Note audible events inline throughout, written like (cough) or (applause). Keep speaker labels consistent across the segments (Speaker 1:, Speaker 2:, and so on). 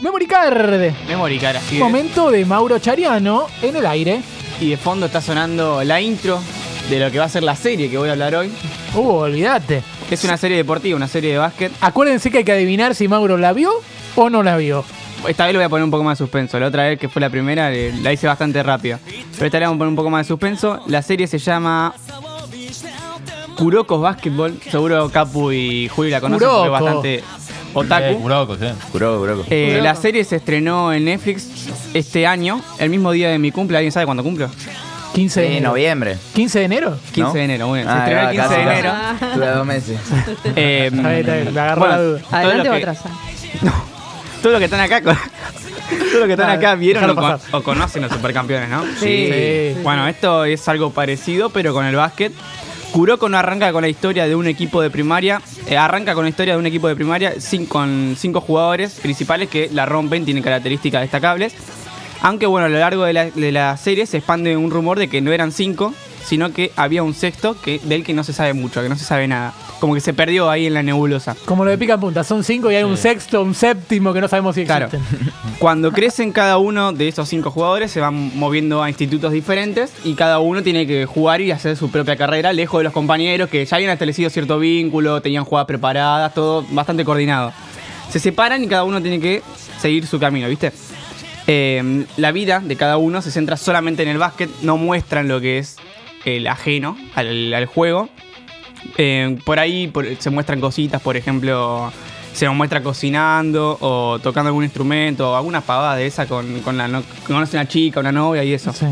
Speaker 1: Memory Card.
Speaker 2: Memory Card, así de-
Speaker 1: Momento de Mauro Chariano en el aire.
Speaker 2: Y de fondo está sonando la intro de lo que va a ser la serie que voy a hablar hoy.
Speaker 1: Uh, olvídate.
Speaker 2: Es una serie deportiva, una serie de básquet.
Speaker 1: Acuérdense que hay que adivinar si Mauro la vio o no la vio.
Speaker 2: Esta vez lo voy a poner un poco más de suspenso. La otra vez que fue la primera eh, la hice bastante rápida. Pero esta vez vamos a poner un poco más de suspenso. La serie se llama Kurokos Basketball. Seguro Capu y Julio la conocen porque es
Speaker 1: Kuroko.
Speaker 2: bastante otaku.
Speaker 1: (laughs)
Speaker 3: Buraco, sí.
Speaker 4: Curoco, curoco.
Speaker 2: Eh, la serie se estrenó en Netflix este año, el mismo día de mi cumple. ¿Alguien sabe cuándo cumplo?
Speaker 1: 15 de
Speaker 4: Sí,
Speaker 1: enero.
Speaker 4: noviembre.
Speaker 1: 15 de enero.
Speaker 2: 15 de enero, muy bien.
Speaker 4: Ah,
Speaker 2: Se estrenó el 15 de enero.
Speaker 4: enero. Tuve dos meses.
Speaker 2: Eh,
Speaker 1: (laughs) Está bien, está bien, me agarró la duda.
Speaker 2: todos los
Speaker 5: Adelante o
Speaker 2: que-
Speaker 5: atrás.
Speaker 2: Todos los que están acá, con- (laughs) todos los que están
Speaker 1: Ah,
Speaker 2: acá vieron
Speaker 1: déjalo
Speaker 2: o, con-
Speaker 1: pasar.
Speaker 2: o conocen los supercampeones, ¿no?
Speaker 5: Sí.
Speaker 1: Sí.
Speaker 2: Bueno, esto es algo parecido, pero con el básquet. Kuroko no arranca con la historia de un equipo de primaria. eh, arranca con la historia de un equipo de primaria sin- con cinco jugadores principales que la rompen, tienen características destacables. Aunque bueno, a lo largo de la, de la serie se expande un rumor de que no eran cinco, sino que había un sexto que, del que no se sabe mucho, que no se sabe nada. Como que se perdió ahí en la nebulosa.
Speaker 1: Como lo de pica en punta, son 5 y hay un sexto, un séptimo que no sabemos si
Speaker 2: Claro.
Speaker 1: existen.
Speaker 2: Cuando crecen cada uno de esos cinco jugadores se van moviendo a institutos diferentes y cada uno tiene que jugar y hacer su propia carrera lejos de los compañeros que ya habían establecido cierto vínculo, tenían jugadas preparadas, todo bastante coordinado. Se separan y cada uno tiene que seguir su camino, ¿viste? Eh, la vida de cada uno se centra solamente en el básquet, no muestran lo que es el ajeno al- al juego. Eh, por ahí por- se muestran cositas, por ejemplo, se nos muestra cocinando o tocando algún instrumento o alguna pavada de esa con, con la no, que conoce una chica, una novia y eso.
Speaker 1: Sí.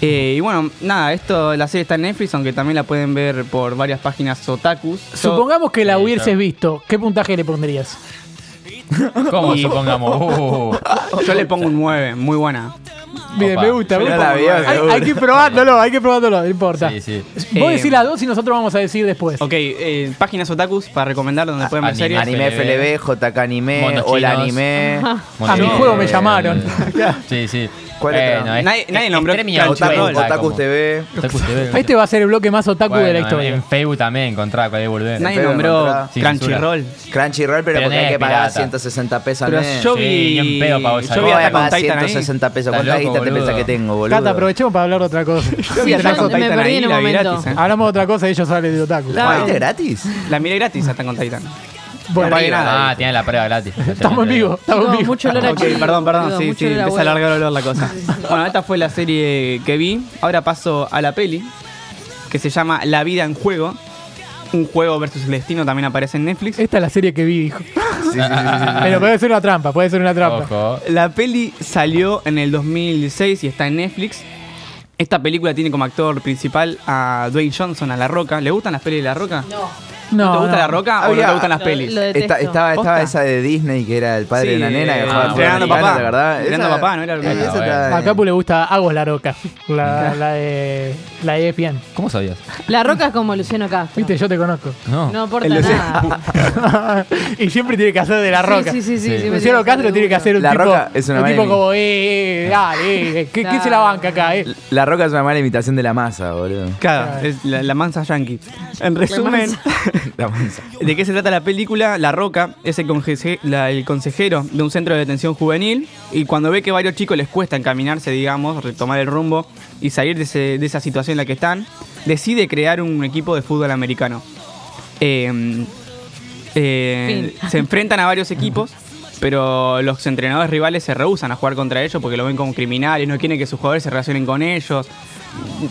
Speaker 2: Eh, y bueno, nada, esto la serie está en Netflix, aunque también la pueden ver por varias páginas otakus. Yo-
Speaker 1: Supongamos que la
Speaker 3: Sí,
Speaker 1: hubieses
Speaker 3: claro.
Speaker 1: visto, ¿qué puntaje le pondrías?
Speaker 3: ¿Cómo
Speaker 2: Y-
Speaker 3: supongamos?
Speaker 1: (laughs)
Speaker 3: Uh,
Speaker 2: yo le pongo un 9, muy buena.
Speaker 1: Bien,
Speaker 3: Opa.
Speaker 1: me gusta, me
Speaker 4: Yo
Speaker 1: gusta.
Speaker 4: la vi,
Speaker 1: hay,
Speaker 4: seguro.
Speaker 1: hay que ir probándolo, hay que ir probándolo, no importa.
Speaker 3: sí, sí.
Speaker 1: Vos
Speaker 2: Eh,
Speaker 1: decís las dos y nosotros vamos a decir después.
Speaker 2: Ok, eh, páginas otakus para recomendar donde pueden ver series.
Speaker 3: Ah, anime.
Speaker 4: Anime
Speaker 3: FLB,
Speaker 4: FLB, JK Anime,
Speaker 3: Monos
Speaker 4: Hola
Speaker 3: chinos.
Speaker 4: Anime.
Speaker 1: A mi
Speaker 3: Bueno,
Speaker 1: juego me
Speaker 4: eh,
Speaker 3: (laughs)
Speaker 1: llamaron. (laughs)
Speaker 3: Sí, sí.
Speaker 4: ¿Cuál
Speaker 3: Bueno,
Speaker 4: otra?
Speaker 3: es-
Speaker 2: Nadie- nadie
Speaker 3: es
Speaker 2: nombró
Speaker 3: premio
Speaker 2: Cancho
Speaker 3: otaku,
Speaker 4: Otaku,
Speaker 2: Chibola,
Speaker 3: otaku
Speaker 4: Otaku TV.
Speaker 3: Otaku TV.
Speaker 1: Este va a ser el bloque más otaku de la
Speaker 3: Bueno, eh,
Speaker 1: historia.
Speaker 3: En Facebook también encontrá cuál es volver.
Speaker 2: Nadie
Speaker 4: Pero
Speaker 2: nombró
Speaker 4: encontrá-
Speaker 3: Sí,
Speaker 2: Crunchyroll.
Speaker 4: Crunchyroll, pero
Speaker 3: Pero
Speaker 4: porque
Speaker 3: no
Speaker 4: hay
Speaker 3: es
Speaker 4: que pagar
Speaker 3: pirata.
Speaker 4: 160 pesos al
Speaker 2: Pero
Speaker 4: mes.
Speaker 2: yo
Speaker 3: Sí,
Speaker 2: vi.
Speaker 3: ni en pedo pagó
Speaker 2: yo
Speaker 3: esa
Speaker 2: vi
Speaker 4: ¿Cómo voy
Speaker 2: hasta
Speaker 4: a
Speaker 2: con
Speaker 4: pagar
Speaker 2: Titan ahí.
Speaker 4: 160 pesos?
Speaker 3: Está
Speaker 4: ¿Cuántas
Speaker 3: loco,
Speaker 4: guita te
Speaker 3: boludo.
Speaker 4: pensás que tengo, boludo?
Speaker 1: Cata, aprovechemos para hablar de otra cosa.
Speaker 2: Yo vi
Speaker 5: Sí,
Speaker 2: Attack
Speaker 5: yo
Speaker 2: on
Speaker 5: me
Speaker 2: Titan
Speaker 5: perdí
Speaker 2: ahí,
Speaker 5: en un
Speaker 2: la vi
Speaker 5: momento.
Speaker 2: gratis. eh.
Speaker 1: Hablamos de otra cosa y ellos hablan de otaku.
Speaker 4: ¿La
Speaker 5: Claro.
Speaker 4: viste gratis?
Speaker 2: La miré gratis Attack on Titan.
Speaker 1: Bueno,
Speaker 2: No pagué nada.
Speaker 3: Ah, tiene la prueba gratis.
Speaker 1: (laughs) estamos en vivo, estamos en
Speaker 5: Chicos,
Speaker 1: vivo.
Speaker 5: mucho olor a
Speaker 2: Ok,
Speaker 5: chile,
Speaker 2: perdón, perdón,
Speaker 5: boludo,
Speaker 2: sí,
Speaker 5: mucho
Speaker 2: sí,
Speaker 5: olor a
Speaker 2: empieza a
Speaker 5: huevo.
Speaker 2: largar olor la
Speaker 5: (laughs)
Speaker 2: cosa. Bueno, esta fue la serie que vi. Ahora paso a la peli, que se llama La vida en juego. Un juego versus el destino también aparece en Netflix.
Speaker 1: Esta es la serie que vi, dijo.
Speaker 4: Sí, sí, sí.
Speaker 1: Pero puede ser una trampa, puede ser una trampa.
Speaker 3: Ojo.
Speaker 2: La peli salió en el 2006 y está en Netflix. Esta película tiene como actor principal a Dwayne Johnson, a La Roca. ¿Le gustan las pelis de La Roca?
Speaker 5: No,
Speaker 1: No,
Speaker 2: ¿No te gusta
Speaker 1: no.
Speaker 2: La Roca o no
Speaker 4: Había-
Speaker 2: te gustan las
Speaker 5: lo-
Speaker 2: pelis?
Speaker 5: lo detesto.
Speaker 4: Esta- estaba estaba
Speaker 2: Posta.
Speaker 4: esa de Disney que era el padre de una
Speaker 2: Sí,
Speaker 4: nena que
Speaker 2: eh,
Speaker 4: jugaba al fútbol
Speaker 3: Entrenando
Speaker 4: americano,
Speaker 2: papá.
Speaker 4: la verdad.
Speaker 2: Entrenando papá, no era lo
Speaker 4: esa
Speaker 3: mismo.
Speaker 4: está-
Speaker 1: A Capu le gusta Agos la Roca, la, la de la de E ESPN.
Speaker 3: ¿Cómo sabías?
Speaker 5: La roca es como Luciano Castro.
Speaker 1: Viste, yo te conozco. (laughs)
Speaker 3: No.
Speaker 5: No aporta
Speaker 2: El Luciano-
Speaker 5: nada.
Speaker 1: y siempre tiene que hacer de la Roca.
Speaker 5: Sí, sí, sí.
Speaker 3: Sí.
Speaker 5: sí,
Speaker 1: Luciano Castro tiene que hacer un
Speaker 4: La
Speaker 1: tipo,
Speaker 4: Roca es una
Speaker 1: un
Speaker 4: mala
Speaker 1: tipo
Speaker 4: imi-
Speaker 1: como, eh, eh, dale, eh, ¿qué, qué se la banca acá, eh?
Speaker 4: La roca es una mala imitación de la masa, boludo.
Speaker 2: Claro, es la, la mansa yankee. En resumen,
Speaker 4: La masa.
Speaker 2: (laughs) ¿De qué se trata la película? La Roca es el, conje- la- el consejero de un centro de detención juvenil y cuando ve que varios chicos les cuesta encaminarse, digamos, retomar el rumbo y salir de, ese- de esa situación en la que están, decide crear un equipo de fútbol americano. Eh, eh, se enfrentan a varios equipos, pero los entrenadores rivales se rehusan a jugar contra ellos porque lo ven como criminales, no quieren que sus jugadores se relacionen con ellos,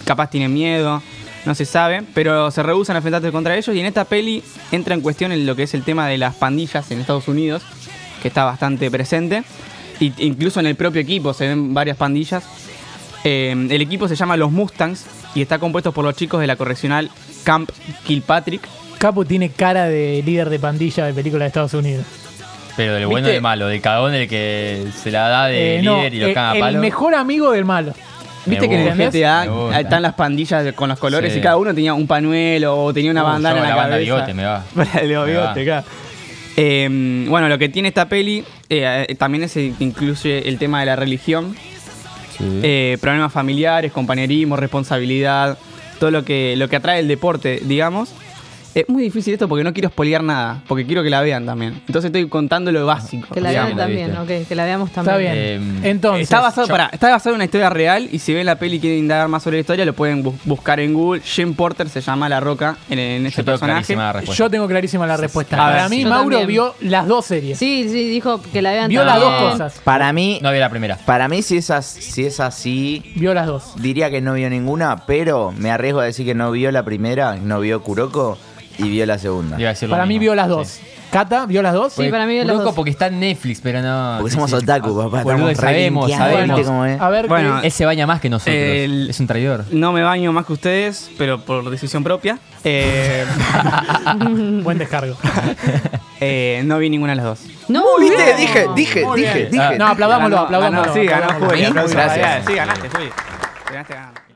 Speaker 2: capaz tienen miedo, no se sabe, pero se rehusan a enfrentarse contra ellos y en esta peli entra en cuestión en lo que es el tema de las pandillas en Estados Unidos, que está bastante presente, y- incluso en el propio equipo se ven varias pandillas. Eh, el equipo se llama Los Mustangs y está compuesto por los chicos de la correccional Camp Kilpatrick,
Speaker 1: Capu tiene cara de líder de pandilla de película de Estados Unidos.
Speaker 3: Pero del bueno
Speaker 2: ¿Viste?
Speaker 3: y del malo, del cagón del que se la da de
Speaker 1: Eh, no,
Speaker 3: líder y lo
Speaker 1: eh,
Speaker 3: caga a
Speaker 1: el
Speaker 3: palo.
Speaker 1: mejor amigo del malo.
Speaker 2: Viste
Speaker 3: Me
Speaker 2: que en el
Speaker 3: gusta,
Speaker 2: GTA
Speaker 3: me gusta.
Speaker 2: están las pandillas de- con los colores
Speaker 3: Sí.
Speaker 2: y cada uno tenía un pañuelo o tenía una
Speaker 3: Uh,
Speaker 2: bandana
Speaker 3: yo
Speaker 2: en la,
Speaker 3: la banda
Speaker 2: cabeza.
Speaker 3: bigote, me va.
Speaker 2: (laughs) Para el
Speaker 3: Me
Speaker 2: bigote, claro. Eh, bueno, lo que tiene esta peli eh, eh, también es el que incluye el tema de la religión,
Speaker 3: Sí.
Speaker 2: eh, problemas familiares, compañerismo, responsabilidad, todo lo que, lo que atrae el deporte, digamos. Es muy difícil esto porque no quiero spoilear nada, porque quiero que la vean también. Entonces estoy contando lo básico.
Speaker 5: Que la
Speaker 3: Ya me
Speaker 5: vean
Speaker 3: la
Speaker 5: también, ok, que la veamos también.
Speaker 1: Está bien.
Speaker 3: Eh,
Speaker 1: Entonces.
Speaker 2: Em, Está basado, pará, está basado en una historia real y si ven la peli y quieren indagar más sobre la historia, lo pueden bu- buscar en Google. Jim Porter se llama La Roca en, en este
Speaker 3: Yo tengo
Speaker 2: personaje.
Speaker 3: clarísima la respuesta.
Speaker 1: Yo tengo clarísima la respuesta.
Speaker 2: A ver,
Speaker 1: Para mí,
Speaker 5: Yo
Speaker 1: Mauro
Speaker 5: también.
Speaker 1: vio las dos series.
Speaker 5: Sí, sí, dijo que la vean
Speaker 1: Vio las
Speaker 5: también.
Speaker 1: dos cosas.
Speaker 4: Para mí,
Speaker 3: No vi la primera.
Speaker 4: para mí si, es as- si es así,
Speaker 1: Vio las dos.
Speaker 4: diría que no vio ninguna, pero me arriesgo a decir que no vio la primera, no vio Kuroko y vio la segunda.
Speaker 3: Iba a decir lo
Speaker 1: Para mí
Speaker 3: mismo,
Speaker 1: vio las
Speaker 3: sí.
Speaker 1: dos. Cata, ¿vio las dos?
Speaker 5: Sí, para mí vio las
Speaker 3: Loco,
Speaker 5: dos.
Speaker 3: porque está en Netflix, pero no.
Speaker 4: Porque
Speaker 3: sí,
Speaker 4: somos
Speaker 3: sí.
Speaker 4: otaku, papá.
Speaker 3: Boludo,
Speaker 4: estamos re
Speaker 3: sabemos,
Speaker 4: linkeados,
Speaker 3: sabemos.
Speaker 4: ¿viste cómo es?
Speaker 1: A ver,
Speaker 2: Bueno,
Speaker 1: ¿qué-
Speaker 3: Él se baña más que nosotros.
Speaker 2: El-
Speaker 3: Es un traidor.
Speaker 2: No me baño más que ustedes, pero por decisión propia. Eh, (laughs)
Speaker 1: buen descargo.
Speaker 2: eh, no vi ninguna de las dos.
Speaker 5: No,
Speaker 4: Uh, ¿Viste?
Speaker 5: no.
Speaker 4: Dije, dije,
Speaker 1: Muy
Speaker 4: dije,
Speaker 1: bien.
Speaker 4: dije.
Speaker 3: Ah,
Speaker 1: No, aplaudámoslo,
Speaker 2: (laughs) Ganó-
Speaker 1: aplaudámoslo.
Speaker 2: ganó- Sí, ganó
Speaker 1: aplaudámoslo.
Speaker 2: Juli.
Speaker 4: Gracias.
Speaker 2: Sí, ganaste, Juli. Ganaste ganando.